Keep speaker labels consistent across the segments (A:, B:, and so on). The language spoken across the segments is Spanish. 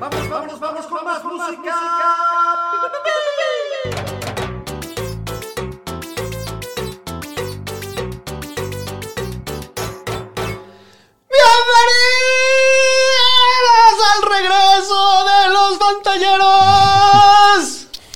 A: Vamos, vamos, vamos con más música.
B: ¡Bienvenidos al regreso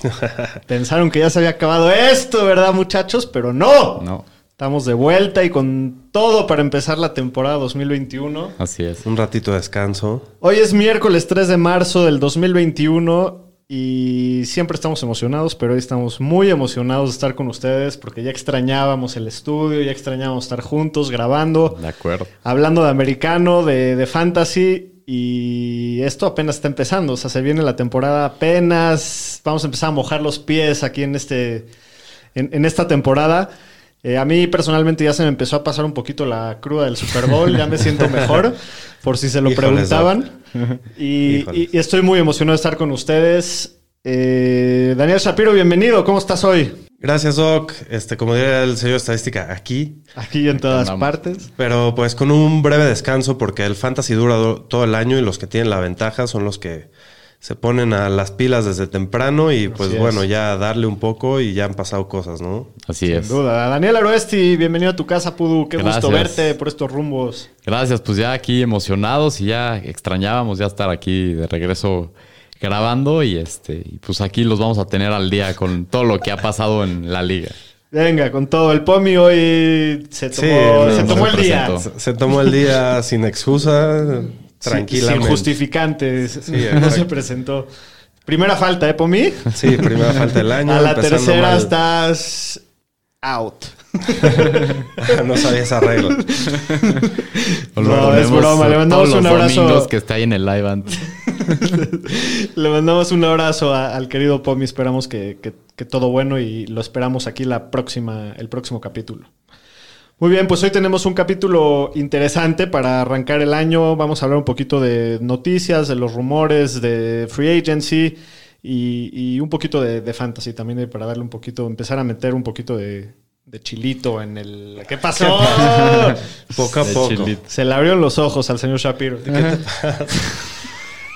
B: de los pantalleros! Pensaron que ya se había acabado esto, ¿verdad, muchachos? Pero no.
C: No,
B: Estamos de vuelta y con todo para empezar la temporada 2021.
C: así es.
D: Un ratito de descanso.
B: Hoy es miércoles 3 de marzo del 2021 y siempre estamos emocionados, pero hoy estamos muy emocionados de estar con ustedes porque ya extrañábamos el estudio, ya extrañábamos estar juntos grabando.
C: De acuerdo.
B: hablando de americano, de, de fantasy. Y esto apenas está empezando. O sea, se viene la temporada apenas. Vamos a empezar a mojar los pies aquí en este. En, en esta temporada. Eh, a mí personalmente ya se me empezó a pasar un poquito la cruda del Super Bowl. Ya me siento mejor. Por si se lo
D: Híjoles,
B: preguntaban. Y,
D: Híjoles.
B: y- y estoy muy emocionado de estar con ustedes. Eh, Daniel Shapiro, bienvenido. ¿Cómo estás hoy?
D: Gracias, Doc. Este, como diría el sello de estadística, aquí.
B: Aquí en todas
C: andamos.
B: partes.
D: Pero pues con un breve descanso, porque el fantasy dura do- todo el año y los que tienen la ventaja son los que se ponen a las pilas desde temprano y pues
B: Así es.
D: bueno, ya darle un poco y ya han pasado cosas, ¿no?
C: Así es.
B: Sin duda. Daniel Aroesti, bienvenido a tu casa, Pudu. Qué gusto
C: Gracias.
B: verte por estos rumbos.
C: Gracias, pues ya aquí emocionados y ya extrañábamos ya estar aquí de regreso grabando y este y pues aquí los vamos a tener al día con todo lo que ha pasado en la liga.
B: Venga, con todo. El Pomi hoy se
D: Sí,
B: tomó,
D: no,
B: se
D: no
B: tomó
C: se
B: el día.
C: presentó.
D: Se, se tomó el día sin excusa,
B: Tranquila. Sin
D: tranquilamente.
B: justificantes. no
D: exacto.
B: se presentó. Primera falta, ¿eh, Pomi?
D: Sí, primera falta del año.
B: a la
D: empezando
B: tercera
D: mal.
B: estás out.
D: no sabía esa regla.
C: Lo
B: No,
C: ponemos
B: es broma. Le
C: todos
B: mandamos
C: los
B: un abrazo.
C: domingos que está ahí en el live antes.
B: Le mandamos un abrazo a- al querido Pomi. Esperamos que, que- que todo bueno y lo esperamos aquí la próxima, el próximo capítulo. Muy bien, pues hoy tenemos un capítulo interesante para arrancar el año. Vamos a hablar un poquito de noticias, de los rumores, de free agency y, y un poquito de, de fantasy también eh, para darle un poquito, empezar a meter un poquito de, de chilito en el... ¿Qué pasó?
D: Poco a
C: De
D: poco.
C: chilito.
B: Se le abrieron los ojos al señor Shapiro.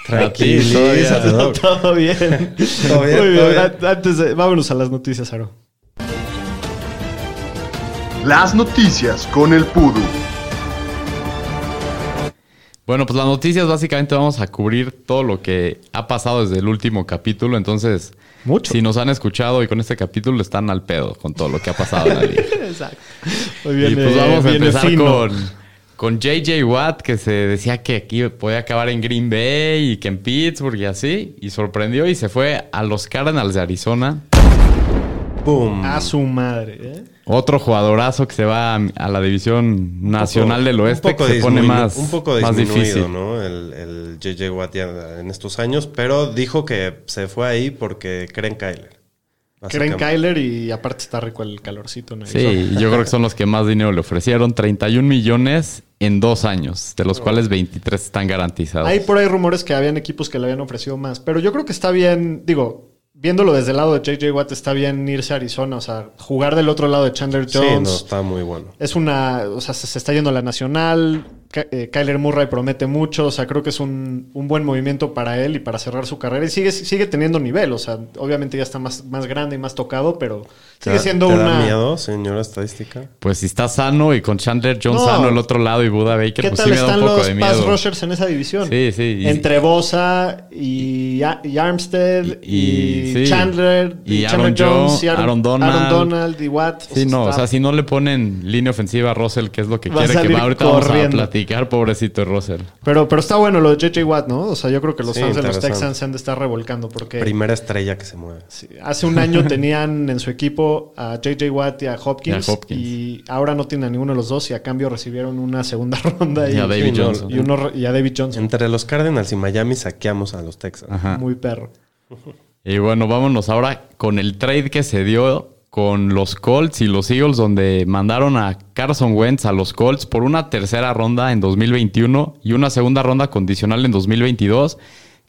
D: Tranquilízate,
B: Todo,
D: Doc.
B: todo bien.
D: Todo bien,
B: Muy
D: todo
B: bien.
D: bien.
B: A- Antes de, vámonos a las noticias, Aro.
E: Las noticias con el Pudu.
C: Bueno, pues las noticias básicamente vamos a cubrir todo lo que ha pasado desde el último capítulo, entonces
B: Mucho.
C: si nos han escuchado y con este capítulo están al pedo con todo lo que ha pasado en la liga.
B: Exacto. Hoy
C: Y
B: viene,
C: pues vamos a
B: viene
C: empezar
B: fino.
C: con, con JJ Watt, que se decía que aquí podía acabar en Green Bay y que en Pittsburgh y así. Y sorprendió y se fue a los Cardinals de Arizona.
D: Boom.
B: A su madre. ¿eh?
C: Otro jugadorazo que se va a, a la división nacional del oeste,
D: Un poco
C: que se pone
D: disminu-
C: más,
D: un poco
C: más
D: disminuido,
C: difícil.
D: ¿no? El, el JJ Watt ya en estos años, pero dijo que se fue ahí porque creen Kyler.
B: Creen
D: básicamente.
B: Kyler y aparte está rico el calorcito en
C: Sí,
B: Arizona.
C: y yo creo que son los que más dinero le ofrecieron. 31 millones en dos años, de los cuales 23 están garantizados.
B: Hay por ahí rumores que habían equipos que le habían ofrecido más, pero yo creo que está bien, digo, viéndolo desde el lado de JJ Watt, está bien irse a Arizona, o sea, jugar del otro lado de Chandler
D: Sí,
B: Jones.
D: no, está muy bueno.
B: Es una, o sea, se, se está yendo a la nacional. Ky- eh, Kyler Murray promete mucho, o sea, creo que es un, un buen movimiento para él y para cerrar su carrera. Y sigue, sigue teniendo nivel, o sea, obviamente ya está más, más grande y más tocado, pero sigue
D: ¿Te-
B: siendo
D: te
B: una. Eh.
D: da miedo, señora estadística?
C: Pues si está sano y con Chandler Jones
B: No.
C: sano el otro lado y Buda Baker,
B: ¿Qué
C: pues
B: tal
C: sí me da
B: están
C: un poco
B: los
C: de miedo.
B: pass rushers en esa división?
C: Sí, sí, y-
B: Entre Bosa y, A- y Armstead y,
C: Y- y- sí.
B: Chandler
C: Y
B: Chandler
C: Aaron Jones, Aaron Donald.
B: Donald y Watt.
C: Sí, no, o
B: está-
C: sea, si no le ponen línea ofensiva a Russell, que es lo que
B: Va a
C: quiere que
B: salir
C: va ahorita vamos a
B: corriendo.
C: platicar, pobrecito de Russell.
B: pero, pero está bueno lo de JJ Watt, ¿no? O sea, yo creo que los
D: Sí,
B: fans de los
D: interesante.
B: Texans se han de estar revolcando porque...
D: Primera estrella que se mueve.
B: Sí, Hace un año tenían en su equipo a JJ Watt y a Hopkins. Y,
C: Y a Hopkins.
B: ahora no tienen a ninguno de los dos y a cambio recibieron una segunda ronda y,
C: Y a David
D: sí, no,
C: Johnson.
B: y uno- y a David Johnson.
D: Entre los Cardinals y Miami saqueamos a
C: ah,
D: los Texans.
C: Ajá.
B: Muy perro.
C: Y bueno, vámonos ahora con el trade que se dio con los Colts y los Eagles, donde mandaron a Carson Wentz a los Colts por una tercera ronda en 2021 y una segunda ronda condicional en 2022,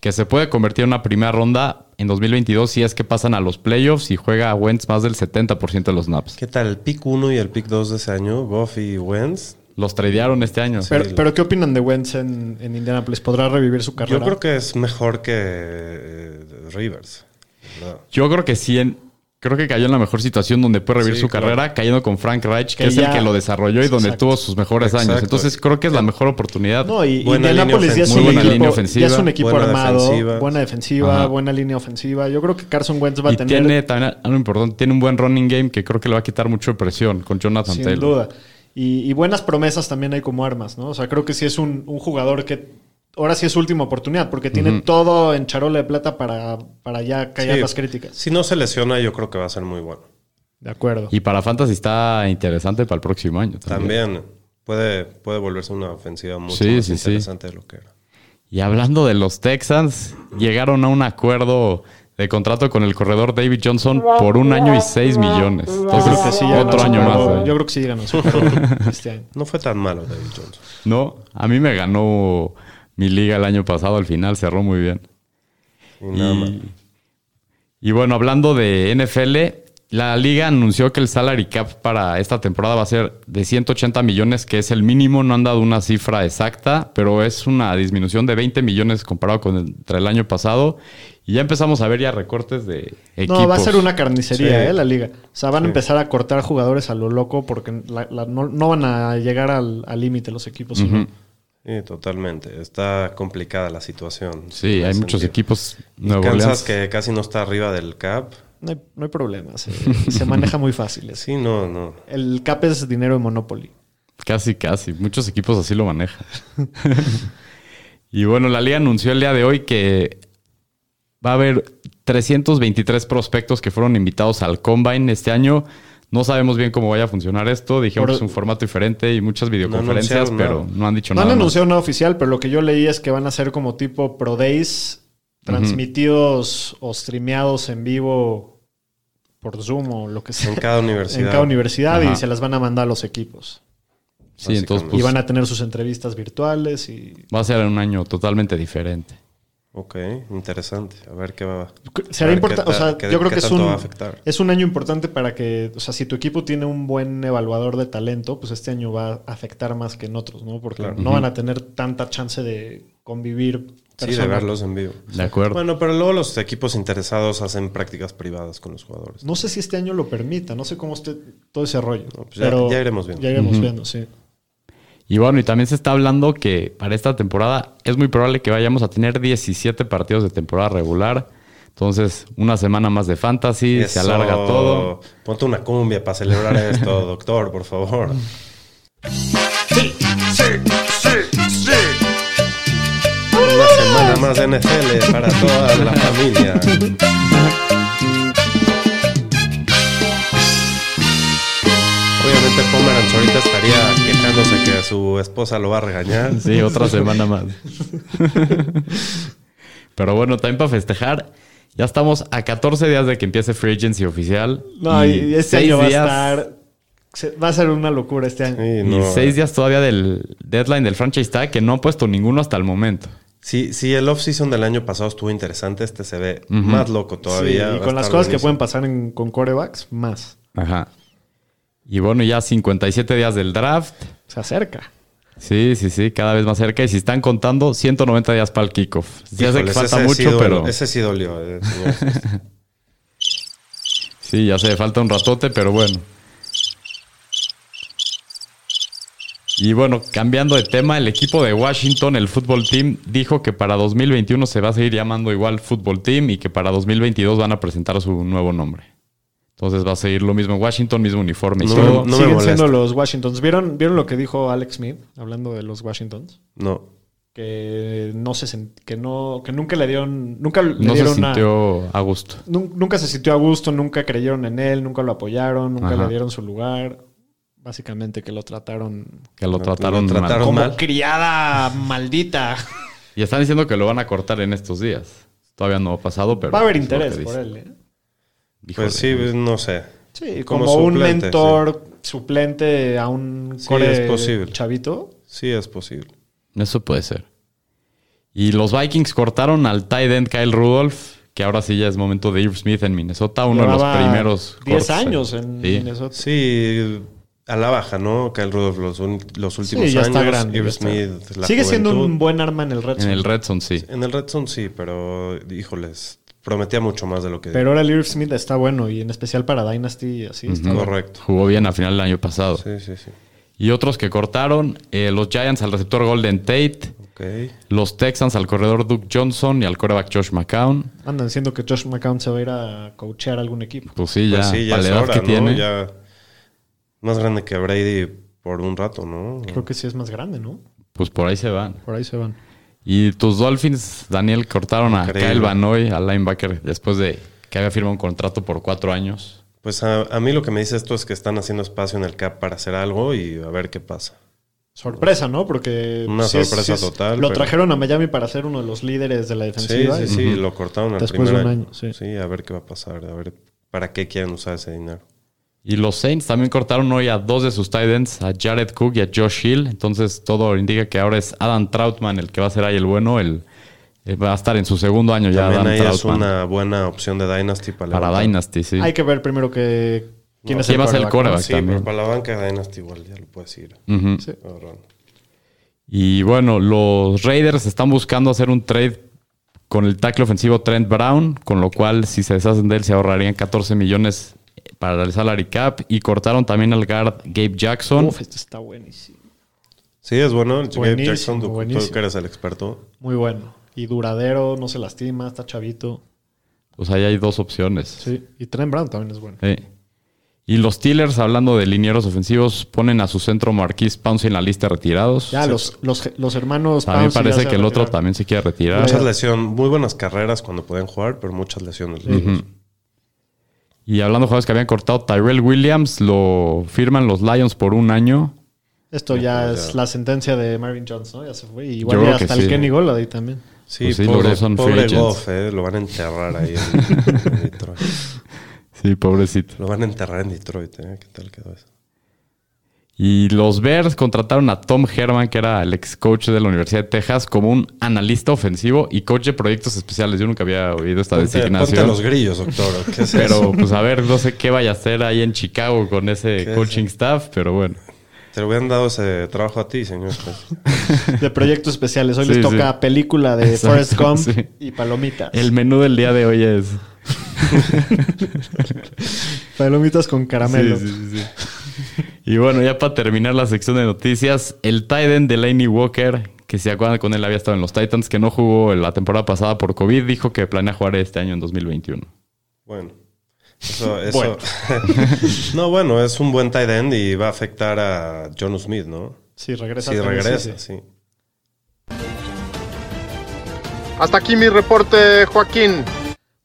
C: que se puede convertir en una primera ronda en 2022 si es que pasan a los playoffs y juega Wentz más del 70% de los snaps.
D: ¿Qué tal? El pick 1 y el pick 2 de ese año, Goff y Wentz.
C: Los tradearon este año.
B: Pero,
D: Sí.
B: pero ¿qué opinan de Wentz en, en Indianapolis? ¿Podrá revivir su carrera?
D: Yo creo que es mejor que eh, Rivers. No.
C: Yo creo que sí, en- creo que cayó en la mejor situación donde puede revivir
D: Sí,
C: su
D: claro.
C: carrera, cayendo con Frank Reich, que,
B: Que
C: es
B: ya-
C: el que lo desarrolló y donde
B: Exacto.
C: tuvo sus mejores años.
D: Exacto.
C: Entonces creo que es la mejor oportunidad.
B: No, y
D: Buena
B: Indianapolis ya
D: línea
B: es,
C: ofensiva.
B: un
C: Muy buena
B: equipo,
C: línea
B: ya
C: ofensiva.
B: es un equipo
D: Buena
B: armado,
D: defensiva.
B: buena defensiva,
C: Ajá.
B: buena línea ofensiva. Yo creo que Carson Wentz va a
C: y
B: tener
C: tiene también algo importante, tiene un buen running game que creo que le va a quitar mucho de presión con Jonathan
B: sin
C: Taylor.
B: duda. Y, y buenas promesas también hay como armas, ¿no? O sea, creo que sí es un, un jugador que ahora sí es su última oportunidad, porque tiene todo en charola de plata para, para ya callar
D: Sí.
B: las críticas.
D: Si no se lesiona, yo creo que va a ser muy bueno.
B: De acuerdo.
C: Y para Fantasy está interesante para el próximo año. También.
D: También puede, puede volverse una ofensiva mucho
C: Sí,
D: más
C: sí, sí.
D: interesante de lo que era.
C: Y hablando de los Texans, llegaron a un acuerdo de contrato con el corredor David Johnson por un año y seis millones. Entonces,
B: Creo que sí, ya
C: otro
B: ganó
C: año
B: Super
C: más. ¿eh?
B: Bowl.
C: güey.
B: Yo creo que sí ganan Super Bowl este año.
D: No fue tan malo David Johnson.
C: No, a mí me ganó mi liga el año pasado, al final cerró muy bien.
D: Y nada más.
C: Y, y bueno, hablando de NFL, la liga anunció que el salary cap para esta temporada va a ser de 180 millones, que es el mínimo, no han dado una cifra exacta, pero es una disminución de 20 millones comparado con el, entre el año pasado. Y ya empezamos a ver ya recortes de equipos.
B: No, va a ser una carnicería,
D: Sí.
B: ¿eh? La liga. O sea, van a empezar a cortar jugadores a lo loco porque la- la- no, no van a llegar al al límite los equipos. sino-
D: Sí, totalmente. Está complicada la situación.
C: Sí,
D: En
C: hay
D: ese
C: muchos
D: sentido.
C: equipos
D: Y
C: Nuevo
D: Kansas
C: Orleans.
D: que casi no está arriba del cap.
B: no, hay, no hay problema. Se, se maneja muy fácil. eso.
D: Sí, no, no.
B: El cap es dinero de Monopoly.
C: Casi, casi. Muchos equipos así lo manejan. y bueno, la liga anunció el día de hoy que va a haber 323 prospectos que fueron invitados al Combine este año. No sabemos bien cómo vaya a funcionar esto. Dijeron
B: Por-
C: que es un formato diferente y muchas videoconferencias,
D: anunciaron
C: pero
D: nada.
C: no han dicho
B: No han
C: nada. más.
B: anunciado nada oficial, pero lo que yo leí es que van a ser como tipo Pro Days transmitidos o streameados en vivo por Zoom o lo que sea.
D: En cada
B: En
D: universidad.
B: cada universidad y
C: Ajá.
B: se las van a mandar a los equipos.
C: Sí, entonces
D: básicamente.
C: pues,
B: y van a tener sus entrevistas virtuales y
C: va a ser un año totalmente diferente.
D: Ok, interesante. A ver qué va.
B: Será
D: A ver qué
B: importante, o
D: ta-
B: sea,
D: qué-
B: yo creo
D: qué
B: que es
D: tanto
B: un,
D: va a afectar.
B: es un año importante para que, o sea, si tu equipo tiene un buen evaluador de talento, pues este año va a afectar más que en otros, ¿no? Porque
D: Claro.
B: no van a tener tanta chance de convivir.
D: Sí, de
B: persona.
D: verlos en vivo.
C: De acuerdo.
D: Bueno, pero luego los equipos interesados hacen prácticas privadas con los jugadores.
B: No sé si este año lo permita, no sé cómo esté todo ese rollo.
D: pues ya-
B: pero
D: ya iremos viendo.
B: Ya iremos viendo, sí.
C: Y bueno, y también se está hablando que para esta temporada es muy probable que vayamos a tener 17 partidos de temporada regular. Entonces, una semana más de fantasy, se
D: Eso.
C: alarga todo.
D: Ponte una cumbia para celebrar esto, doctor, por favor. Una semana más de NFL para toda la familia. Obviamente Pomeranz ahorita estaría quejándose que su esposa lo va a regañar.
C: Sí, otra semana más. Pero bueno, también para festejar, ya estamos a 14 días de que empiece Free Agency oficial.
B: No, y, este
C: seis
B: año va a
C: días-
B: estar. se- va a ser una locura este año.
D: Sí,
C: Y
D: no.
C: seis días todavía del deadline del franchise tag que no han puesto ninguno hasta el momento.
D: Si, si el off-season del año pasado estuvo interesante, este se ve más loco todavía.
B: Sí, y
D: Va a
B: con las
D: estar
B: cosas que
D: buenísimo.
B: pueden pasar en- con corebacks, más.
C: Ajá. Y bueno, ya 57 días del draft.
B: Se acerca.
C: Sí, sí, sí, cada vez más cerca. Y si están contando, 190 días para el kickoff. Ya sé que
D: Híjoles,
C: falta
D: ese sí
C: mucho,
D: dolió,
C: pero.
D: Ese sí dolió. eh, señor.
C: Sí, ya sé, falta un ratote, pero bueno. Y bueno, cambiando de tema, el equipo de Washington, el fútbol team, dijo que para 2021 se va a seguir llamando igual fútbol team y que para 2022 van a presentar su nuevo nombre. Entonces va a seguir lo mismo en Washington, mismo uniforme y
D: No,
C: todo.
D: no. me
B: Siguen
D: molesta.
B: siendo los Washingtons. ¿Vieron, ¿Vieron lo que dijo Alex Smith hablando de los Washingtons?
D: no.
B: Que no se sent- que no que nunca le dieron nunca le
C: No se
B: dieron una-
C: sintió a gusto.
B: nun- nunca se sintió a gusto, nunca creyeron en él, nunca lo apoyaron, nunca
C: Ajá.
B: le dieron su lugar. Básicamente que lo trataron
C: Que lo trataron,
D: lo
C: mal.
D: trataron
B: como
D: mal.
B: criada maldita.
C: Y están diciendo que lo van a cortar en estos días. Todavía no ha pasado, pero.
B: Va a haber
C: es lo que
B: interés
C: dicen.
B: por él. ¿eh?
C: Híjole.
D: Pues sí, pues, no sé.
B: Sí,
D: Como
B: como, un
D: suplente,
B: mentor suplente a un
D: Sí,
B: core
D: es posible.
B: chavito.
D: Sí, es posible.
C: Eso puede ser. Y los Vikings cortaron al tight end Kyle Rudolph, que ahora sí ya es momento de Irv Smith en Minnesota, uno de
B: Llevaba
C: los primeros.
B: 10
C: cortes, eh.
B: años en
C: Sí.
B: Minnesota.
D: Sí, a la baja, ¿no? Kyle Rudolph los, un- los últimos
B: Sí, ya
D: años.
B: está grande.
D: Irv
B: ya está
D: Smith,
B: grande.
D: la
B: Sigue siendo
D: juventud.
B: un buen arma en el Red
C: En
B: Zone.
C: el Red Zone, sí.
D: En el Red Zone sí, pero híjoles, prometía mucho más de lo que
B: Pero ahora el Irv Smith está bueno y en especial para Dynasty así está bueno.
D: Correcto.
C: Jugó bien a final del año pasado.
D: Sí, sí, sí.
C: Y otros que cortaron, eh, los Giants al receptor Golden Tate,
D: Ok.
C: los Texans al corredor Duke Johnson y al coreback Josh McCown.
B: Andan diciendo que Josh McCown se va a ir a coachear a algún equipo.
C: Pues sí, ya,
D: Pues sí, ya
C: para
D: es
C: la edad
D: hora,
C: que
D: ¿no?
C: tiene.
D: Ya más grande que Brady por un rato, ¿no?
B: Creo que sí es más grande, ¿no?
C: Pues por ahí se van.
B: Por ahí se van.
C: Y tus Dolphins, Daniel, cortaron a
D: Increíble.
C: Kyle Banoy, al linebacker, después de que había firmado un contrato por cuatro años.
D: Pues a, a mí lo que me dice esto es que están haciendo espacio en el cap para hacer algo y a ver qué pasa.
B: Sorpresa, ¿no? Porque
D: Una
B: sí es-
D: sorpresa
B: sí es-
D: total,
B: Lo
D: pero-
B: trajeron a Miami para ser uno de los líderes de la
D: Sí,
B: defensiva.
D: sí,
B: y-
D: sí, lo cortaron al
B: ¿eh? Después de
D: primer
B: un
D: año.
B: año, sí.
D: a ver qué va a pasar, a ver para qué quieren usar ese dinero.
C: Y los Saints también cortaron hoy a dos de sus tight ends, a Jared Cook y a Josh Hill. Entonces todo indica que ahora es Adam Troutman el que va a ser ahí el bueno. El, eh, va a estar en su segundo año ya
D: También
C: Adam
D: ahí es
C: Troutman.
D: una buena opción de Dynasty para, la
C: Para
D: banca.
C: Dynasty, sí.
B: Hay que ver primero que quién
C: No,
B: es el
C: ¿quién va a ser el
B: quarterback,
D: Sí,
C: También. Mm.
D: pero para la banca Dynasty igual ya lo puedes ir
C: Ujú.
B: Sí.
D: ahorrando.
C: Y bueno, los Raiders están buscando hacer un trade con el tackle ofensivo Trent Brown, con lo cual si se deshacen de él se ahorrarían 14 millones para el salary cap y cortaron también al guard Gabe
B: ¿no?
C: Jackson.
B: Uf, este está buenísimo.
D: Sí, es bueno. El Gabe
B: Buenísimo,
D: Jackson, tú- tú
B: buenísimo.
D: que eres el experto.
B: Muy bueno. Y duradero, no se lastima, está chavito.
C: O sea, ya hay dos opciones.
B: Sí. Y Trent Brown también es bueno.
C: Sí. Y los Steelers, hablando de linieros ofensivos, ponen a su centro Marquis Pouncey en la lista de retirados.
B: Ya, los, los, los hermanos.
C: también
B: Pouncey ya
C: parece
B: se
C: que el otro
B: retiraron.
C: también se quiere retirar.
D: Muchas lesiones, muy buenas carreras cuando pueden jugar, pero muchas lesiones.
C: Ujú. Y hablando de jugadores que habían cortado, Tyrell Williams lo firman los Lions por un año.
B: Esto ya
D: Ya.
B: es la sentencia de Marvin Jones, ¿no? Ya se fue. Y
C: Yo
B: igual
C: creo
B: ya
C: que
B: hasta el
C: sí.
B: Kenny Golladay también.
D: Sí,
C: Pues sí, los
D: pobre,
C: dos son free
D: pobre
C: agents.
D: Goff, eh, lo van a enterrar ahí en, en Detroit.
C: Sí, pobrecito.
D: Lo van a enterrar en Detroit, eh, ¿qué tal quedó eso?
C: Y los Bears contrataron a Tom Herman, que era el ex coach de la Universidad de Texas, como un analista ofensivo y coach de proyectos especiales. Yo nunca había oído esta
D: Ponte, ponte
C: designación.
D: los grillos, doctor. ¿Qué es
C: Pero
D: eso?
C: pues a ver, no sé qué vaya a hacer ahí en Chicago con ese
D: ¿Qué es
C: coaching staff, pero bueno.
D: Te lo hubieran dado ese trabajo a ti, señor.
B: De proyectos especiales. Hoy
C: Sí,
B: les toca
C: sí.
B: película de
C: Exacto,
B: Forrest Gump
C: sí.
B: y palomitas.
C: El menú del día de hoy es...
B: Palomitas con caramelo.
C: Sí, sí, sí, sí. Y bueno, ya para terminar la sección de noticias, el Titan de Laney Walker, que se acuerdan con él había estado en los Titans, que no jugó la temporada pasada por COVID, dijo que planea jugar este año en 2021.
D: Bueno. Eso, eso. no, bueno, es un buen tight end y va a afectar a John Smith, ¿no?
B: Sí, regresa.
D: Si
B: a Tennessee,
D: regresa,
B: sí.
D: sí.
F: Hasta aquí mi reporte, Joaquín.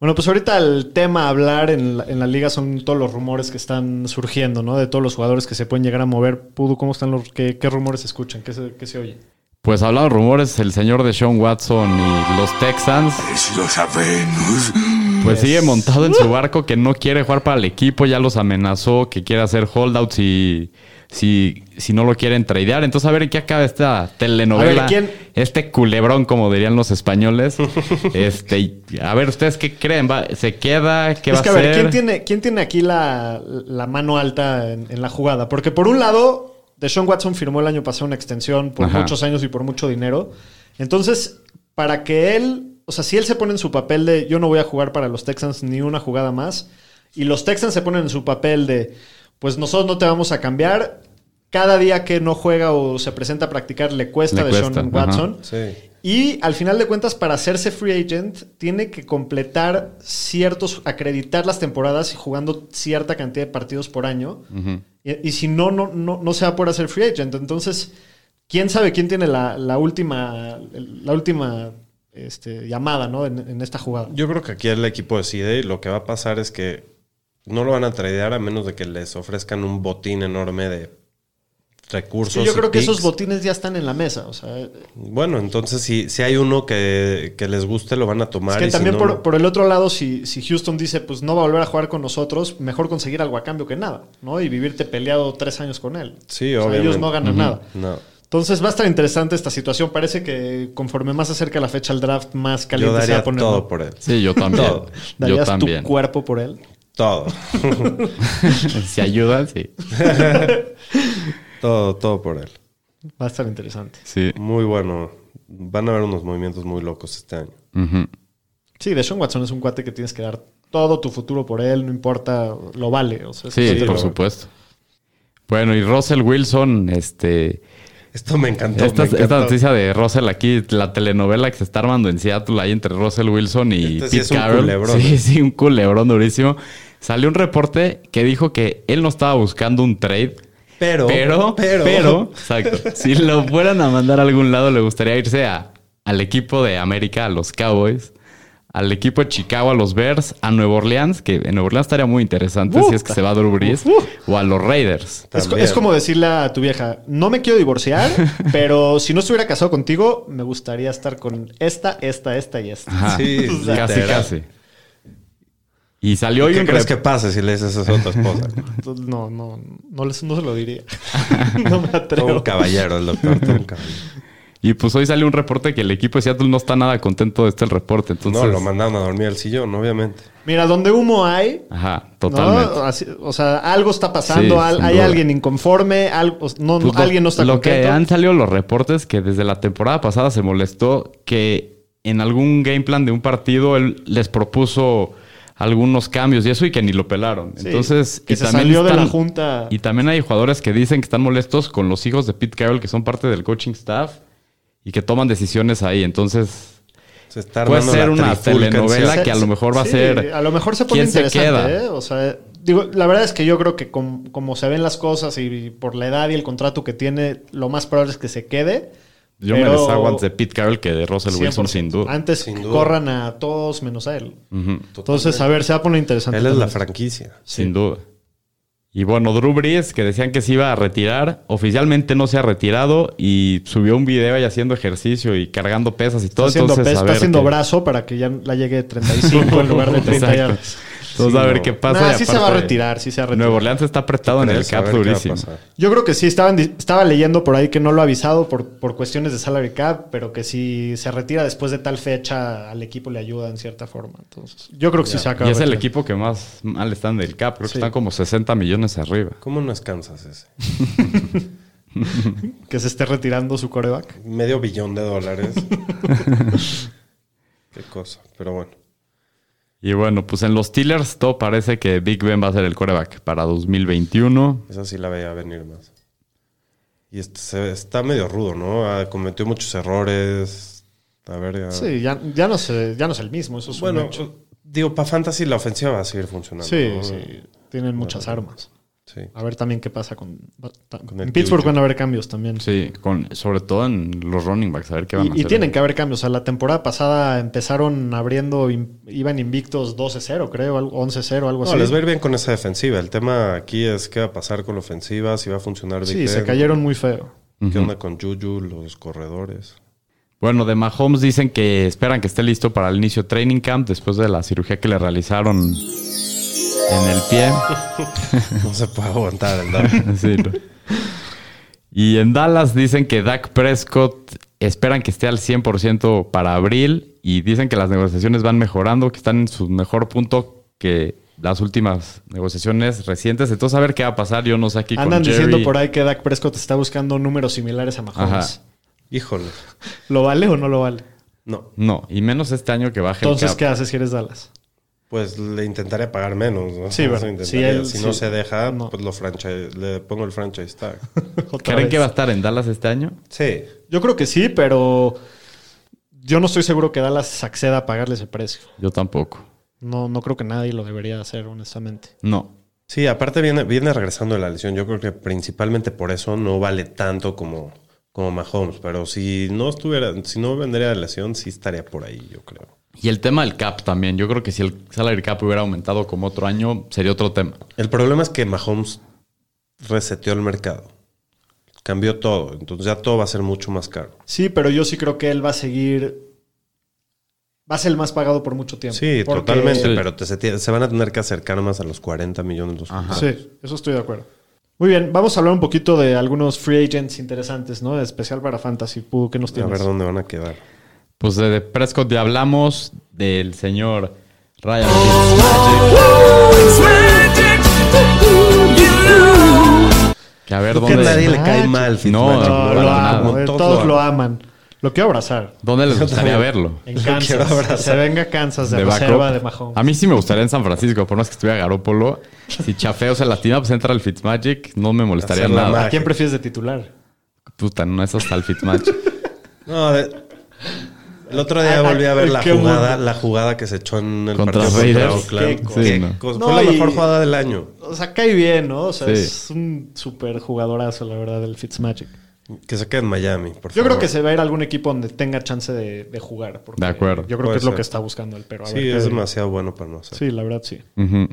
B: Bueno, pues ahorita el tema a hablar en la, en la liga son todos los rumores que están surgiendo, ¿no? De todos los jugadores que se pueden llegar a mover. Pudu, ¿cómo están los... ¿Qué, qué rumores se escuchan? ¿Qué se, qué se oye?
C: Pues hablando de rumores, el señor de Sean Watson y los Texans,
G: Lo sabemos.
C: pues sigue montado en su barco que no quiere jugar para el equipo, ya los amenazó que quiere hacer holdouts y... Si, si no lo quieren tradear, entonces a ver en qué acaba esta telenovela.
B: A ver, ¿quién-
C: Este culebrón, como dirían los españoles. este, y a ver, ¿ustedes qué creen? ¿Va- ¿Se queda? ¿Qué va
B: es que a
C: a
B: ver, ¿quién
C: hacer?
B: tiene, quién tiene aquí la, la mano alta en, en la jugada? Porque por un lado, Deshaun Watson firmó el año pasado una extensión por
C: Ajá.
B: muchos años y por mucho dinero. Entonces, para que él, o sea, si él se pone en su papel de yo no voy a jugar para los Texans ni una jugada más, y los Texans se ponen en su papel de pues nosotros no te vamos a cambiar. Cada día que no juega o se presenta a practicar le cuesta
C: Le
B: a Deshaun
C: cuesta, ajá.
B: Watson.
D: Sí.
B: Y al final de cuentas, para hacerse free agent, tiene que completar ciertos, acreditar las temporadas y jugando cierta cantidad de partidos por año. y, y si no, no, no, no se va por hacer free agent. Entonces, quién sabe quién tiene la, la última, la última este, llamada ¿no? en, en esta jugada.
D: Yo creo que aquí el equipo decide y lo que va a pasar es que no lo van a tradear a menos de que les ofrezcan un botín enorme de recursos.
B: yo
D: y
B: creo que
D: picks.
B: esos botines ya están en la mesa. O sea,
D: Bueno, entonces si, si hay uno que, que les guste, lo van a tomar.
B: es que
D: y si
B: también
D: no,
B: por,
D: no.
B: por el otro lado, si, si Houston dice, pues no va a volver a jugar con nosotros, mejor conseguir algo a cambio que nada, ¿no? Y vivirte peleado tres años con él.
D: Sí,
B: O sea,
D: obviamente.
B: ellos no ganan
D: Ujú.
B: nada.
D: No.
B: Entonces va a estar interesante esta situación. Parece que conforme más se acerca la fecha al draft, más
D: Yo
B: caliente se va
D: daría
B: a poner.
D: todo
B: ¿no?
D: por él.
C: Sí, yo también.
D: Todo.
C: yo
B: ¿Darías
C: también.
B: tu cuerpo por él?
D: Todo.
C: si ayudan, sí.
D: todo, todo por él.
B: Va a estar interesante.
C: Sí.
D: Muy bueno. Van a haber unos movimientos muy locos este año.
C: Ujú.
B: Sí, Deshaun Watson es un cuate que tienes que dar todo tu futuro por él, no importa, lo vale. O sea, es-
C: Sí,
D: Sí,
C: por
D: lo-
C: supuesto. Bueno, y Russell Wilson, este.
D: Esto me encantó.
C: Esta,
D: me
C: esta
D: encantó.
C: noticia de Russell aquí, la telenovela que se está armando en Seattle ahí entre Russell Wilson y
D: Este sí
C: Pete
D: es un
C: Carroll.
D: culebrón.
C: Sí, sí, un culebrón durísimo. Salió un reporte que dijo que él no estaba buscando un trade.
D: Pero,
C: Pero, pero, exacto. si lo fueran a mandar a algún lado, le gustaría irse a, al equipo de América, a los Cowboys, al equipo de Chicago, a los Bears, a Nueva Orleans, que en Nueva Orleans estaría muy interesante si es que se va a Drew Brees, o a los Raiders.
B: Es, co-
D: También.
B: es como decirle a tu vieja, no me quiero divorciar, pero si no estuviera casado contigo, me gustaría estar con esta, esta, esta y esta.
C: Ajá,
D: Sí,
C: casi,
D: literal.
C: casi. Y salió hoy
D: ¿Qué
C: un
D: crees
C: rep-
D: que pase si le dices eso a tu esposa?
B: Entonces, No, no, no, les, no se lo diría. no me
D: Todo un
B: atrevo.
D: caballero, el doctor. todo un caballero.
C: Y pues hoy salió un reporte que el equipo de Seattle no está nada contento de este reporte. Entonces,
D: No, lo mandaron a dormir al sillón, obviamente.
B: Mira, donde humo hay,
C: Ajá,
B: ¿no?
C: totalmente.
B: Así- o sea, algo está pasando,
C: Sí,
B: al-
C: sin
B: hay
C: duda.
B: alguien inconforme, al- o s- no,
C: Pues
B: no, alguien no está
C: Lo
B: contento.
C: que han salido los reportes que desde la temporada pasada se molestó que en algún game plan de un partido él les propuso algunos cambios y eso y que ni lo pelaron.
B: Sí,
C: Entonces,
B: que
C: y
B: se salió de la
C: están-
B: junta.
C: Y también hay jugadores que dicen que están molestos con los hijos de Pete Carroll que son parte del coaching staff y que toman decisiones ahí. Entonces,
D: Se está
C: Puede
D: armando
C: ser
D: la
C: una
D: trifulca en
C: telenovela
D: Seattle.
C: que a lo mejor va a ser
B: A lo mejor se pone
C: quién se
B: interesante,
C: queda.
B: ¿eh? O sea, digo, la verdad es que yo creo que com- como se ven las cosas y, por la edad y el contrato que tiene, lo más probable es que se quede.
C: yo
B: pero
C: me deshago antes de Pete Carroll que de Russell Wilson,
B: 100%.
C: sin duda.
B: Antes
D: Sin duda.
B: corran a todos menos a él.
C: Ujú.
B: Entonces, a ver, se va a poner interesante.
D: Él es la
B: también.
D: franquicia.
C: Sin duda. Y bueno, Drew Brees, que decían que se iba a retirar, oficialmente no se ha retirado y subió un video ahí haciendo ejercicio y cargando pesas y todo.
B: Está haciendo,
C: Entonces,
B: pez,
C: a
B: está
C: ver
B: haciendo
C: qué-
B: brazo para que ya la llegue 35 en lugar de 30
C: Exacto.
B: yardas.
C: Entonces, a ver qué pasa.
B: Nah,
C: y
B: sí se va a
C: aparte,
B: retirar, sí se va a retirar.
C: Nuevo Orleans está apretado en el
D: Pero
C: cap
D: saber qué va a
C: durísimo.
D: pasar.
B: Yo creo que sí, estaban, di- estaba leyendo por ahí que no lo ha avisado por, por cuestiones de salary cap, pero que si se retira después de tal fecha, al equipo le ayuda en cierta forma. Entonces, yo creo que sí se acaba.
C: Y es el equipo que más mal están del cap. Creo
B: Sí.
C: que están como 60 millones arriba.
D: ¿Cómo no es Kansas ese?
B: Que se esté retirando su coreback.
D: Medio billón de dólares. qué cosa. Pero bueno.
C: Y bueno, pues en los Steelers todo parece que Big Ben va a ser el coreback para 2021.
D: Esa sí la veía venir más. Y este se- está medio rudo, ¿no? Ah, cometió muchos errores. A ver, ya-
B: Sí, ya, ya, no, es, ya no es el mismo, eso es un
D: Ah. Bueno,
B: hecho.
D: digo, para Fantasy la ofensiva va a seguir funcionando.
B: Sí,
D: ¿no?
B: sí, tienen muchas armas.
D: Sí.
B: A ver también qué pasa con...
D: Con el
B: en Pittsburgh
D: Juju.
B: van a haber cambios también.
C: Sí, con, sobre todo en los running backs, a ver qué van a
B: Y, y
C: hacer.
B: tienen que haber cambios. O sea, la temporada pasada empezaron abriendo, in- iban invictos 12-0, creo, algo- 11-0, algo
D: No,
B: así.
D: les va a ir bien con esa defensiva. El tema aquí es qué va a pasar con la ofensiva, si va a funcionar Big
B: Sí, se
D: Ben,
B: cayeron muy feo.
D: ¿Qué onda con Juju, los corredores?
C: Bueno, de Mahomes dicen que esperan que esté listo para el inicio de training camp después de la cirugía que le realizaron en el pie.
D: No se puede aguantar el daño.
C: Sí, ¿no? Y en Dallas dicen que Dak Prescott esperan que esté al 100% para abril y dicen que las negociaciones van mejorando, que están en su mejor punto que las últimas negociaciones recientes. Entonces, a ver qué va a pasar. Yo no sé aquí
B: Andan
C: con Jerry.
B: diciendo por ahí que Dak Prescott está buscando números similares a Mahomes.
D: Híjole.
B: ¿Lo vale o no lo vale?
D: No,
C: No, y menos este año que baje
B: Entonces,
C: el cap.
B: ¿qué haces si eres Dallas?
D: pues le intentaré pagar menos. ¿no?
B: Sí,
D: Eso
B: bueno,
D: intentaría.
B: si él-
D: si, no
B: sí.
D: se deja,
B: No.
D: pues lo franchise, le pongo el franchise tag.
B: Otra
C: ¿Creen
B: vez.
C: que va a estar en Dallas este año?
D: sí.
B: Yo creo que sí, pero yo no estoy seguro que Dallas acceda a pagarle ese precio.
C: Yo tampoco.
B: No, no creo que nadie lo debería hacer, honestamente.
C: No.
D: Sí, aparte viene, viene regresando de la lesión. Yo creo que principalmente por eso no vale tanto como, como Mahomes. Pero si no estuviera, si no vendría de lesión, sí estaría por ahí, yo creo.
C: Y el tema del cap también. Yo creo que si el salary cap hubiera aumentado como otro año, sería otro tema.
D: El problema es que Mahomes reseteó el mercado. cambió todo. Entonces ya todo va a ser mucho más caro.
B: Sí, pero yo sí creo que él va a seguir. Va a ser el más pagado por mucho tiempo.
D: Sí,
B: Porque-
D: totalmente,
C: Sí.
D: pero te- se, tie- se van a tener que acercar más a los 40 millones los
B: Sí, eso estoy de acuerdo. Muy bien, vamos a hablar un poquito de algunos free agents interesantes, ¿no? Especial para Fantasy. Pudu, ¿Qué nos
D: A
B: tienes?
D: ver dónde van a quedar.
C: Pues de Prescott ya hablamos, del señor Ryan Que a ver
D: Creo que
C: dónde.
D: a nadie le cae
B: Magic.
D: mal
C: No,
D: Fitzmagic,
B: No,
C: no,
B: lo
D: Para
C: nada.
D: nada.
B: amo, eh,
D: Como
B: todos, lo aman. Lo quiero abrazar.
C: ¿Dónde les gustaría verlo?
B: En
D: Lo
B: Kansas.
D: quiero abrazar.
B: Que se venga Kansas de,
C: De
B: reserva
C: backup.
B: de Mahomes.
C: A mí sí me gustaría en San Francisco, por más que estuviera Garópolo. Si chafeo se latina, pues entra el Fitzmagic, no me molestaría
D: Hacer la
C: nada.
D: magia.
B: ¿A quién prefieres de titular?
C: Puta, no es hasta el Fitzmagic.
D: No, de- el otro día
B: Ah,
D: volví a ver la
B: qué
D: jugada,
B: mundo.
D: la jugada que se echó en el
C: Contra
D: partido
C: Raiders.
D: Oakland.
C: Qué
D: Qué
C: cosa. Sí,
D: cosa.
B: no.
D: Fue
B: No,
D: la
B: y-
D: mejor jugada del año.
B: O sea, cae bien, ¿no? O sea,
C: Sí.
B: es un super jugadorazo, la verdad, del Fitzmagic.
D: Que se quede en Miami, por
B: Yo
D: favor.
B: creo que se va a ir a algún equipo donde tenga chance de, de jugar. porque
C: De acuerdo.
B: Yo creo
D: Puede
B: que es lo
D: ser.
B: que está buscando él, pero a ver.
D: Sí,
B: qué-
D: es demasiado bueno para no hacer.
B: Sí, la verdad, sí.
C: Ujú.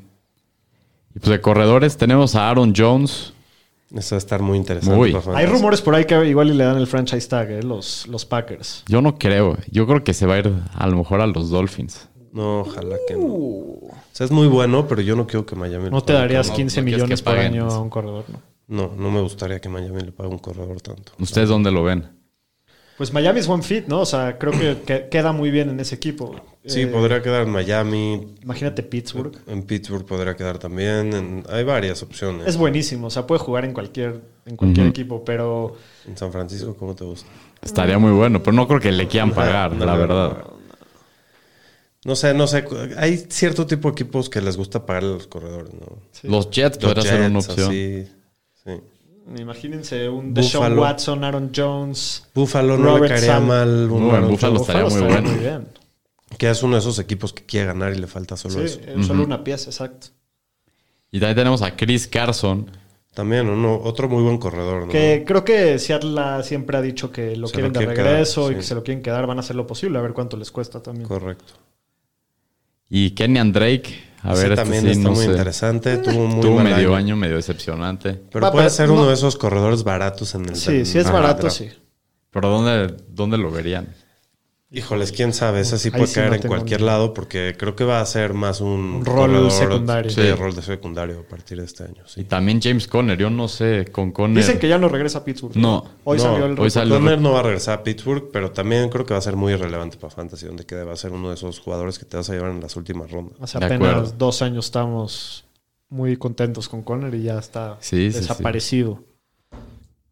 C: Y pues de corredores tenemos a Aaron Jones.
D: Eso va a estar muy interesante.
C: Muy.
D: para
B: Hay
D: fantasy.
B: rumores por ahí que igual y le dan el franchise tag, ¿eh? los, los Packers.
C: Yo no creo. Yo creo que se va a ir a lo mejor a los Dolphins.
D: No, ojalá que no. O sea, es muy bueno, pero yo no quiero que Miami... le
B: Uh. No te
D: pague
B: darías
D: tanto.
C: no,
B: 15
C: no quieres
B: millones
C: que
B: por
C: paguen.
B: año a un corredor, ¿no?
D: No, no me gustaría que Miami le pague un corredor tanto.
C: ¿Ustedes dónde lo ven?
B: Pues Miami es one fit, ¿no? O sea, creo que, que queda muy bien en ese equipo.
D: Sí,
B: Eh,
D: podría quedar en Miami,
B: Imagínate Pittsburgh.
D: en Pittsburgh podría quedar también. en- hay varias opciones.
B: Es buenísimo, o sea, puede jugar en cualquier, en cualquier equipo, pero
D: En San Francisco, ¿cómo te gusta?
C: Estaría muy bueno, pero no creo que le quieran pagar,
D: no,
C: la
D: no,
C: verdad.
D: No sé, no sé. cu- Hay cierto tipo de equipos que les gusta pagar a los corredores, ¿no?
C: Los Jets
D: Los
C: podría ser una
D: Jets,
C: opción.
D: así, sí.
B: imagínense un Deshaun
D: Buffalo.
B: Watson, Aaron Jones.
D: Buffalo no
B: Robert
D: le caería
B: Saleh.
D: mal. un
C: No, en
D: Aaron
C: Buffalo
D: Jones,
C: estaría muy bueno.
B: bien.
D: Que es uno de esos equipos que quiere ganar y le falta solo
B: Sí,
D: eso.
B: eh, solo una pieza, exacto.
C: Y también tenemos a Chris Carson.
D: También uno, otro muy buen corredor, ¿no?
B: Que creo que Seattle ha- siempre ha dicho que lo
D: Se
B: quieren
D: lo
B: de
D: quiere quedar,
B: regreso y
D: sí.
B: que se lo quieren quedar, van a hacer lo posible, a ver cuánto les cuesta también.
D: Correcto.
C: Y Kenyan Drake. A
D: Ese
C: ver, este
D: también
C: sí,
D: está
C: no
D: muy
C: sé.
D: interesante. Tuvo muy
C: Tuvo
D: mal
C: medio
D: año.
C: año medio decepcionante.
D: Pero
B: Va,
D: puede
B: pero
D: ser
B: no-
D: uno de esos corredores baratos en el
B: Sí, sí es
D: en el
B: barato,
D: draft.
B: sí.
C: Pero ¿dónde, dónde lo verían?
D: Híjoles, quién sabe, ese sí
B: Ahí
D: puede
B: sí
D: caer
B: no
D: en
B: tengo
D: cualquier
B: ni-
D: lado porque creo que va a ser más un,
B: Un rol secundario.
D: Sí,
C: Sí.
D: rol de secundario a partir de este año,
C: Y
D: sí.
C: también James Conner. Yo no sé, con Conner.
B: Dicen que ya no regresa a Pittsburgh.
C: No.
B: Hoy
D: No,
B: salió el
C: hoy
B: reporte.
C: salió.
D: Conner no va a regresar a Pittsburgh, pero también creo que va a ser muy relevante para Fantasy, donde quede va a ser uno de esos jugadores que te vas a llevar en las últimas rondas.
B: Hace
C: De acuerdo.
B: apenas dos años estamos muy contentos con Conner y ya está
C: Sí, sí, sí.
B: desaparecido.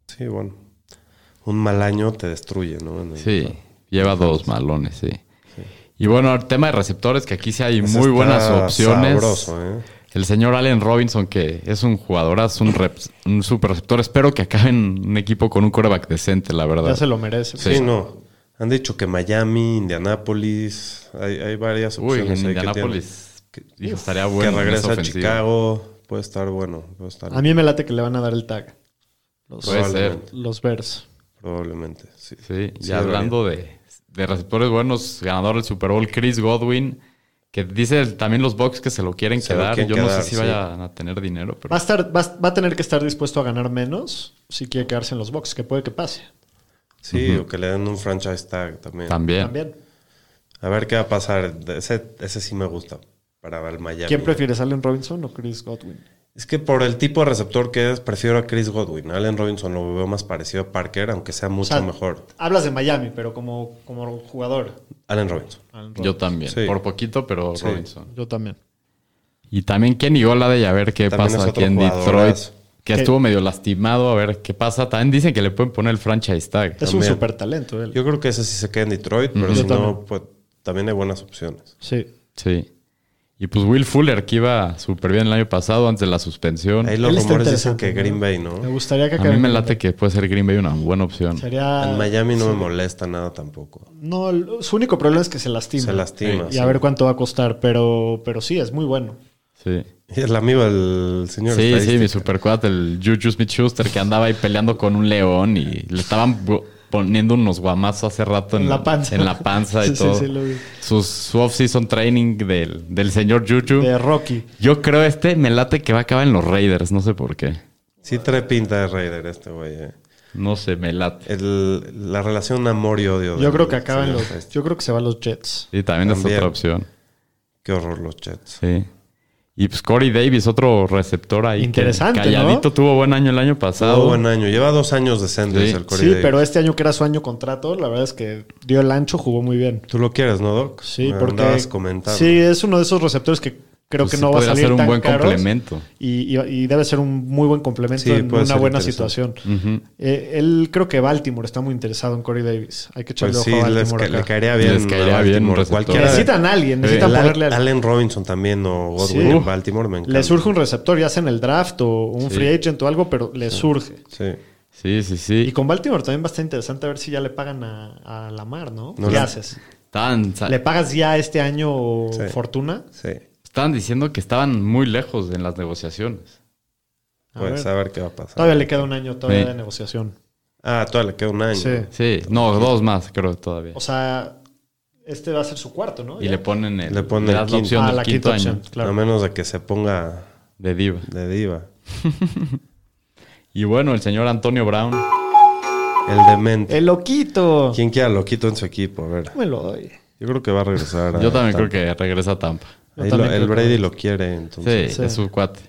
D: Sí, bueno. Un mal año te destruye, ¿no? En el-
C: Sí, lleva dos malones, sí. Y bueno, el tema de receptores, que aquí sí hay
D: Ese
C: muy
D: está
C: buenas opciones.
D: Sabroso, ¿eh?
C: El señor Allen Robinson, que es un jugadorazo, un, rep- un super receptor. Espero que acabe en un equipo con un coreback decente, la
B: Ya
C: verdad.
B: se lo merece.
C: Sí.
D: Sí, no. Han dicho que Miami, Indianápolis, hay, hay varias
C: Uy,
D: opciones.
C: en
D: ahí que tienen.
C: Indianapolis.
D: que-
C: hijo, estaría bueno. en
D: que regresa
C: esa
D: a
C: ofensiva.
D: Chicago. Puede estar bueno. Puede estar
B: A mí me late que le van a dar el tag. Los,
C: Puede ser.
D: Probablemente.
B: los Bears.
D: Probablemente. Sí,
C: Sí, y
D: Sí,
C: hablando de, de receptores buenos, ganador del Super Bowl, Chris Godwin, que dice el- también los Bucks que se lo quieren
D: Se lo
C: quedar.
D: quieren
C: Yo no
D: quedar,
C: sé si
D: sí.
C: vayan a tener dinero, pero
B: Va a, estar, va, a- va a tener que estar dispuesto a ganar menos si quiere quedarse en los box, que puede que pase
D: Sí, o que le den un franchise tag también.
C: también.
B: también.
D: A ver qué va a pasar. De Ese, ese sí me gusta para el Miami.
B: ¿Quién prefieres, Allen Robinson o Chris Godwin?
D: Es que por el tipo de receptor que es, prefiero a Chris Godwin. Allen Robinson lo veo más parecido a Parker, aunque sea mucho
B: sea,
D: mejor.
B: Hablas de Miami, pero como, como jugador.
D: Allen Robinson.
B: Allen Robinson.
C: Yo también,
D: Sí.
C: por poquito, pero
D: Sí.
C: Robinson.
B: Yo también.
C: Y también Kenny Golladay, a ver qué
D: También
C: pasa
D: es
C: aquí
D: otro
C: en Detroit.
D: jugadorazo.
C: Que
B: Que-
C: estuvo medio lastimado, a ver qué pasa. También dicen que le pueden poner el franchise tag.
B: Es un
D: También.
B: super talento él.
D: Yo creo que ese sí se queda en Detroit, pero
B: Yo
D: si no,
B: también.
D: pues también hay buenas opciones.
B: Sí.
C: Sí. Y pues Will Fuller, que iba súper bien el año pasado antes de la suspensión.
D: Ahí los
B: Él está
D: rumores dicen
B: interesante,
D: que
B: ¿no?
D: Green Bay,
B: Me
D: ¿no?
B: gustaría que
C: A mí me late que puede ser Green Bay una buena opción.
B: Sería...
D: En Miami no me molesta nada tampoco.
B: No, l- su único problema es que se lastima.
D: Se lastima.
B: Y
D: sí.
B: a ver cuánto va a costar, pero, pero sí, es muy bueno.
C: Sí.
D: El amigo del señor.
C: Sí, sí,
D: estadística.
C: mi supercuate, el Juju Smith Schuster, que andaba ahí peleando con un león y le estaban bu- poniendo unos guamazos hace rato en,
B: En la panza.
C: en la panza y
B: Sí, sí,
C: todo.
B: sí, lo vi.
C: Sus- su off-season training del, del señor Juju.
B: De Rocky.
C: Yo creo este me late que va a acabar en los Raiders, no sé por qué.
D: Sí trae pinta de Raider este güey. eh.
C: No sé, me late.
D: El- la relación amor y odio.
B: Yo
D: del
B: creo que acaban
D: señor
B: los.
D: Fest.
B: Yo creo que se van los Jets.
C: Sí, también, es
D: También.
C: otra opción.
D: Qué horror los Jets.
C: Sí. Y pues Corey Davis, otro receptor ahí. que
B: Interesante,
C: Calladito,
B: ¿no?
C: tuvo buen año el año
D: Todo
C: pasado.
D: buen año. Lleva dos años decentes
C: Sí.
D: el Corey
B: Sí,
D: Davis.
B: pero este año que era su año contrato, la verdad es que dio el ancho, jugó muy bien.
D: Tú lo quieres, ¿no, Doc?
B: Sí,
D: Me
B: porque.
D: andabas comentando.
B: Sí, es uno de esos receptores que creo
C: Pues
B: que
C: sí
B: no va a
C: podría
B: salir
C: ser un
B: tan
C: buen
B: caros
C: complemento.
B: Y, y- y debe ser un muy buen complemento
D: Sí,
B: en
D: puede
B: una
D: ser
B: buena
D: interesante.
B: situación.
C: Ujú.
B: Eh, él creo que Baltimore está muy interesado en Corey Davis. Hay que echarle
D: Pues sí,
B: ojo a
D: les
B: Baltimore.
D: ca- le
B: acá.
D: caería bien.
C: Les
D: a
C: caería bien
D: Baltimore.
C: un receptor.
D: Cualquiera.
B: necesitan a alguien, necesitan
D: El Al-
B: ponerle al-
D: Allen Robinson también o Godwin
B: Sí.
D: en Baltimore, me encanta.
B: Le surge un receptor, ya sea en el draft o un
C: Sí.
B: free agent o algo, pero le surge.
D: Sí.
C: Sí, sí, sí.
B: Y con Baltimore también va a estar interesante a ver si ya le pagan a, a Lamar, ¿no?
D: No,
B: ¿Qué
D: la-
B: haces?
C: Estaban, sa-
B: ¿Le pagas ya este año
D: Sí.
B: fortuna?
D: Sí.
C: estaban diciendo que estaban muy lejos en las negociaciones.
B: A
D: Pues
B: ver.
D: a ver qué va a pasar.
B: Todavía le queda un año todavía
C: Sí.
B: de negociación.
D: Ah, todavía le queda un año.
B: Sí.
C: Sí, no, dos más creo todavía.
B: O sea, este va a ser su cuarto, ¿no?
C: y
B: Ya.
C: le ponen el,
D: Le ponen
C: le
D: el
C: das la
D: quinto.
C: opción
B: Ah,
C: del
B: la
C: quinto
B: quinta
C: año
B: opción, claro.
D: A menos de que se ponga
C: de diva.
D: de diva.
C: Y bueno, el señor Antonio Brown.
D: El demente.
B: ¡El loquito!
D: ¿Quién queda loquito en su equipo? A ver.
B: Me lo doy.
D: Yo creo que va a regresar. a
C: Yo también creo
D: Tampa.
C: que regresa a Tampa.
B: Yo
D: Ahí
B: también
D: lo- el
B: creo que-
D: Brady lo quiere,
C: Sí,
D: entonces.
B: Sí.
C: es su cuate.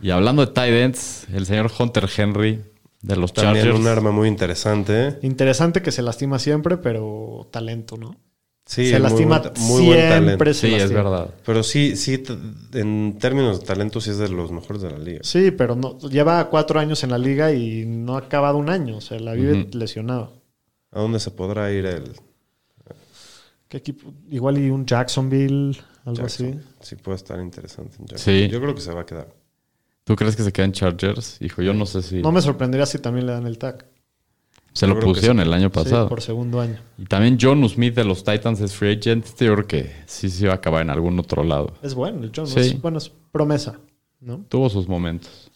C: Y hablando de tight ends, el señor Hunter Henry de los
D: También
C: Chargers.
D: un arma muy interesante. ¿eh?
B: Interesante que se lastima siempre, pero talento, ¿no?
D: Sí,
B: se
D: muy
B: lastima
D: buen ta- muy buen
B: siempre.
D: talento.
B: se
C: Sí, es
B: lastima.
C: verdad.
D: Pero sí, sí, t- en términos de talento, sí es de los mejores de la liga.
B: Sí, pero no, lleva cuatro años en la liga y no ha acabado un año. O sea, la vive lesionado.
D: ¿A dónde se podrá ir el
B: ¿Qué equipo? Igual y un Jacksonville, algo
D: Jackson?
B: así.
D: Sí, puede estar interesante. en Jackson.
C: Sí.
D: Yo creo que se va a quedar.
C: ¿Tú crees que se quedan Chargers? Hijo, yo no sé si
B: No me sorprendería si también le dan el tag.
C: se
D: yo
C: lo
D: creo que
C: pusieron el año
B: Sí,
C: pasado.
B: por segundo año.
C: Y también John Smith de los Titans es free agent. Este Yo creo que sí se va a acabar en algún otro lado.
B: Es bueno, el John.
C: Sí.
B: Es, bueno, es promesa. ¿no?
C: Tuvo sus momentos.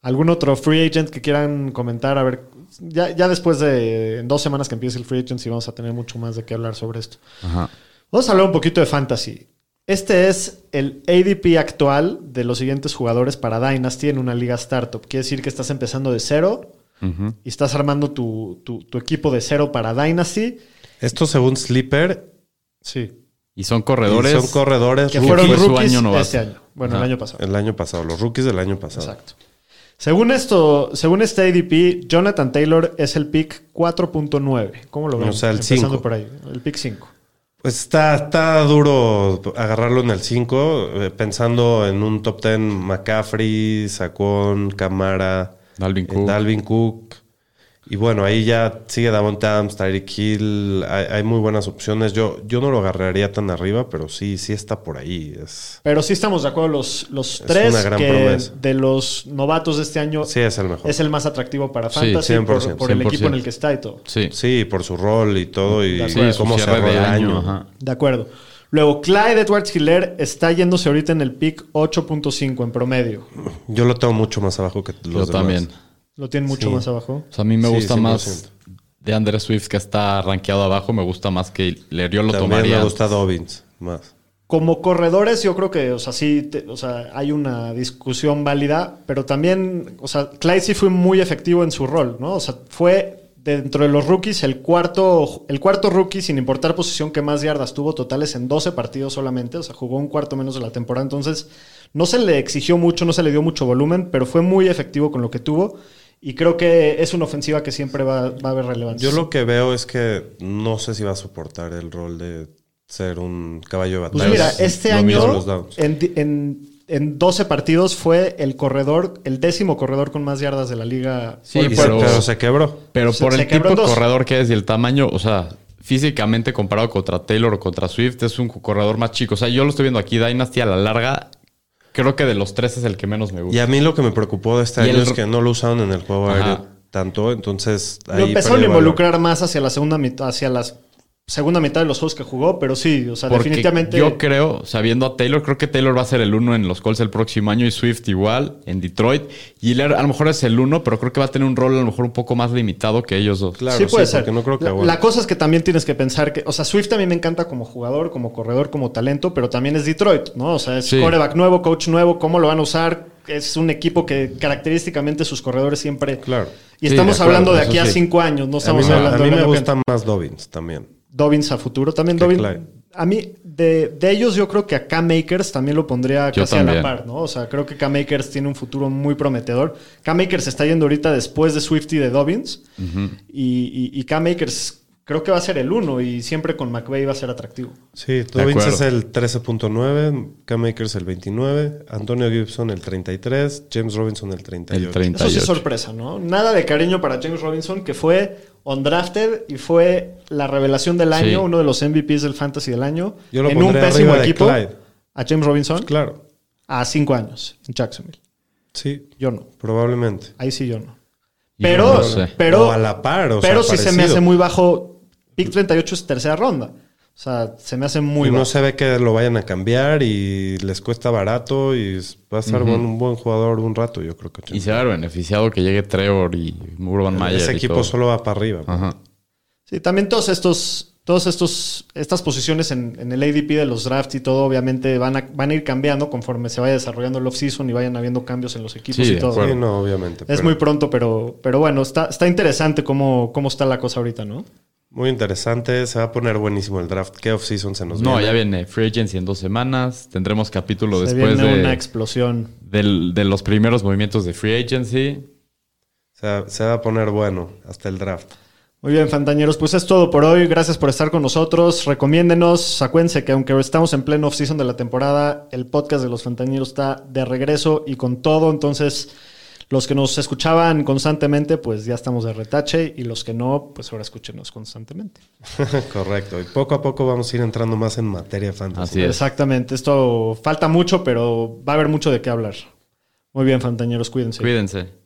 B: ¿Algún otro free agent que quieran comentar? A ver, ya, ya después de en dos semanas que empiece el free agent, sí vamos a tener mucho más de qué hablar sobre esto.
C: Ajá.
B: Vamos a hablar un poquito de fantasy. Este es el ADP actual de los siguientes jugadores para Dynasty en una liga startup. Quiere decir que estás empezando de cero
C: Ujú.
B: y estás armando tu, tu- tu equipo de cero para Dynasty.
D: Esto según Sleeper,
B: Sí.
C: Y son corredores.
D: y son corredores
B: Que
D: rookies
B: fueron
C: fue su
B: rookies
C: año novato.
B: este año. Bueno,
C: Ajá.
B: el año pasado.
D: el año pasado, los rookies del año pasado.
B: Exacto. Según esto, según este ADP, Jonathan Taylor es el pick 4.9. ¿Cómo lo
D: O
B: ven?
D: sea, el
B: Empezando
D: cinco.
B: por ahí. El pick 5.
D: Pues está, está duro agarrarlo en el 5, pensando en un top 10 McCaffrey, Sacón, Camara,
C: Dalvin
D: eh,
C: Cook.
D: Dalvin Cook. Y bueno, ahí ya sigue Davon Adams, Tyreek Hill, hay, hay muy buenas opciones. Yo, yo no lo agarraría tan arriba, pero sí, sí está por ahí. Es,
B: Pero sí estamos de acuerdo los, los
D: Es
B: tres
D: una gran
B: que
D: promesa.
B: de los novatos de este año
D: sí, es el mejor.
B: es el más atractivo para
C: Sí,
B: Fantasy por-
D: 100%,
B: por, el
C: 100%.
B: equipo en el que está y todo.
C: Sí.
D: Sí, por su rol y todo, y
C: Sí, su
D: cómo
C: cierre
D: cerró
C: de
D: el
C: año.
D: año.
C: ajá.
B: De acuerdo. Luego, Clyde Edwards Hiller está yéndose ahorita en el pick 8.5 en promedio.
D: Yo lo tengo mucho más abajo que los
C: Yo
D: demás.
C: también.
B: Lo tienen mucho
D: Sí.
B: más abajo.
C: O sea, a mí me
D: Sí,
C: gusta
D: 100%.
C: más de Andrés Swift que está rankeado abajo. Me gusta más que Leriol lo
D: También
C: tomaría.
D: me gusta Dobbins más.
B: Como corredores, yo creo que, o sea, sí, te- o sea, hay una discusión válida, pero también, o sea, Clyde sí fue muy efectivo en su rol, ¿no? O sea, fue dentro de los rookies el cuarto, el cuarto rookie, sin importar posición, que más yardas tuvo totales en 12 partidos solamente, o sea, jugó un cuarto menos de la temporada, entonces no se le exigió mucho, no se le dio mucho volumen, pero fue muy efectivo con lo que tuvo y creo que es una ofensiva que siempre va, va a haber relevancia.
D: Yo lo que veo es que no sé si va a soportar el rol de ser un caballo de batalla.
B: Pues mira,
D: Es
B: este
D: lo mismo
B: año
D: los downs.
B: en, di- en- en 12 partidos fue el corredor, el décimo corredor con más yardas de la liga.
C: Sí,
B: Por-
D: Y se-
C: pero-
D: pero, se quebró.
C: Pero
B: Se-
C: por
B: se
C: el
B: quebró
C: tipo
B: en
C: de
B: dos.
C: corredor que es y el tamaño, o sea, físicamente comparado contra Taylor o contra Swift, es un corredor más chico. O sea, yo lo estoy viendo aquí, Dynasty a la larga, creo que de los tres es el que menos me
D: Y
C: gusta.
D: a mí lo que me preocupó de este
C: Y
D: año
C: el-
D: es que no lo usaron en el juego
C: Ajá.
D: aéreo tanto, entonces
B: Lo
D: ahí
B: empezaron a
D: perdió valor.
B: involucrar más hacia la segunda mitad, hacia las segunda mitad de los juegos que jugó, pero sí, o sea,
C: Porque
B: definitivamente
C: yo creo, sabiendo a Taylor, creo que Taylor va a ser el uno en los Colts el próximo año y Swift igual en Detroit. Giller a lo mejor es el uno, pero creo que va a tener un rol a lo mejor un poco más limitado que ellos dos.
D: Claro,
B: sí puede ser.
D: porque no creo que
B: la,
D: aguante.
B: la cosa es que también tienes que pensar que, o sea, Swift también me encanta como jugador, como corredor, como talento, pero también es Detroit, ¿no? O sea, es
C: Sí.
B: coreback nuevo, coach nuevo, cómo lo van a usar, es un equipo que característicamente sus corredores siempre.
D: Claro.
B: Y
C: Sí,
B: estamos
C: de acuerdo,
B: hablando de
C: eso
B: aquí a
C: sí.
B: cinco años, no
D: a mí,
B: estamos
D: me,
B: hablando
D: a mí
B: de
D: me
B: una
D: gusta más Dobbins también.
B: Dobbins a futuro. También
D: Que
B: Dobbins.
D: Clyde.
B: A mí, de, de ellos, yo creo que a K-Makers también lo pondría
C: Yo
B: casi a la
C: también.
B: par, ¿no? O sea, creo que K-Makers tiene un futuro muy prometedor. K-Makers está yendo ahorita después de Swift y de Dobbins. Y, y, y K-Makers creo que va a ser el uno y siempre con McVeigh va a ser atractivo.
D: Sí, Dobbins
C: acuerdo.
D: es el 13.9, Cam Akers el 29, Antonio Gibson el 33, James Robinson el 38.
C: El
B: Eso sí es
C: 38.
B: sorpresa, ¿no? Nada de cariño para James Robinson, que fue undrafted y fue la revelación del año,
C: Sí.
B: uno de los MVPs del fantasy del año.
D: Yo lo
B: en un
D: pondré
B: pésimo
D: arriba de
B: equipo.
D: Clyde.
B: A James Robinson
D: Claro,
B: a cinco años en Jacksonville.
D: sí,
B: Yo no.
D: probablemente.
B: Ahí sí yo no.
C: Yo
B: Pero,
C: no sé.
B: pero,
D: O a la par, o sea,
B: pero sí se me
D: parecido.
B: hace muy bajo. Pick 38 es tercera ronda. O sea, se me hace muy
D: y
B: bajo.
D: no se ve que lo vayan a cambiar y les cuesta barato y s- va a ser buen- un buen jugador un rato, yo creo que.
C: Y se va a haber beneficiado que llegue Trevor y Urban Mayer.
D: Ese
C: y
D: equipo
C: todo.
D: solo va para arriba. pues.
C: Ajá.
B: Sí, también todos estos, todos estos, estas posiciones en, en el ADP de los drafts y todo, obviamente van a, van a ir cambiando conforme se vaya desarrollando el offseason y vayan habiendo cambios en los equipos
C: Sí,
B: y
C: de
B: todo.
D: Sí,
C: acuerdo.
D: no, obviamente.
B: Es
D: pero
B: muy pronto, pero, pero bueno, está, está interesante cómo, cómo está la cosa ahorita, ¿no?
D: muy interesante. Se va a poner buenísimo el draft. ¿Qué offseason se nos
C: No,
D: viene?
C: ya viene Free Agency en dos semanas. Tendremos capítulo
B: Se
C: después
B: viene
C: de,
B: una explosión.
C: del- de los primeros movimientos de Free Agency.
D: Se va- se va a poner bueno hasta el draft.
B: Muy bien, Fantañeros, pues es todo por hoy. Gracias por estar con nosotros. Recomiéndenos, acuérdense que aunque estamos en pleno off-season de la temporada, el podcast de los Fantañeros está de regreso y con todo. Entonces, los que nos escuchaban constantemente, pues ya estamos de retache y los que no, pues ahora escúchenos constantemente.
D: Correcto. Y poco a poco vamos a ir entrando más en materia fantasy.
C: Así es.
B: Exactamente, esto falta mucho, pero va a haber mucho de qué hablar. Muy bien, Fantañeros, cuídense.
C: Cuídense.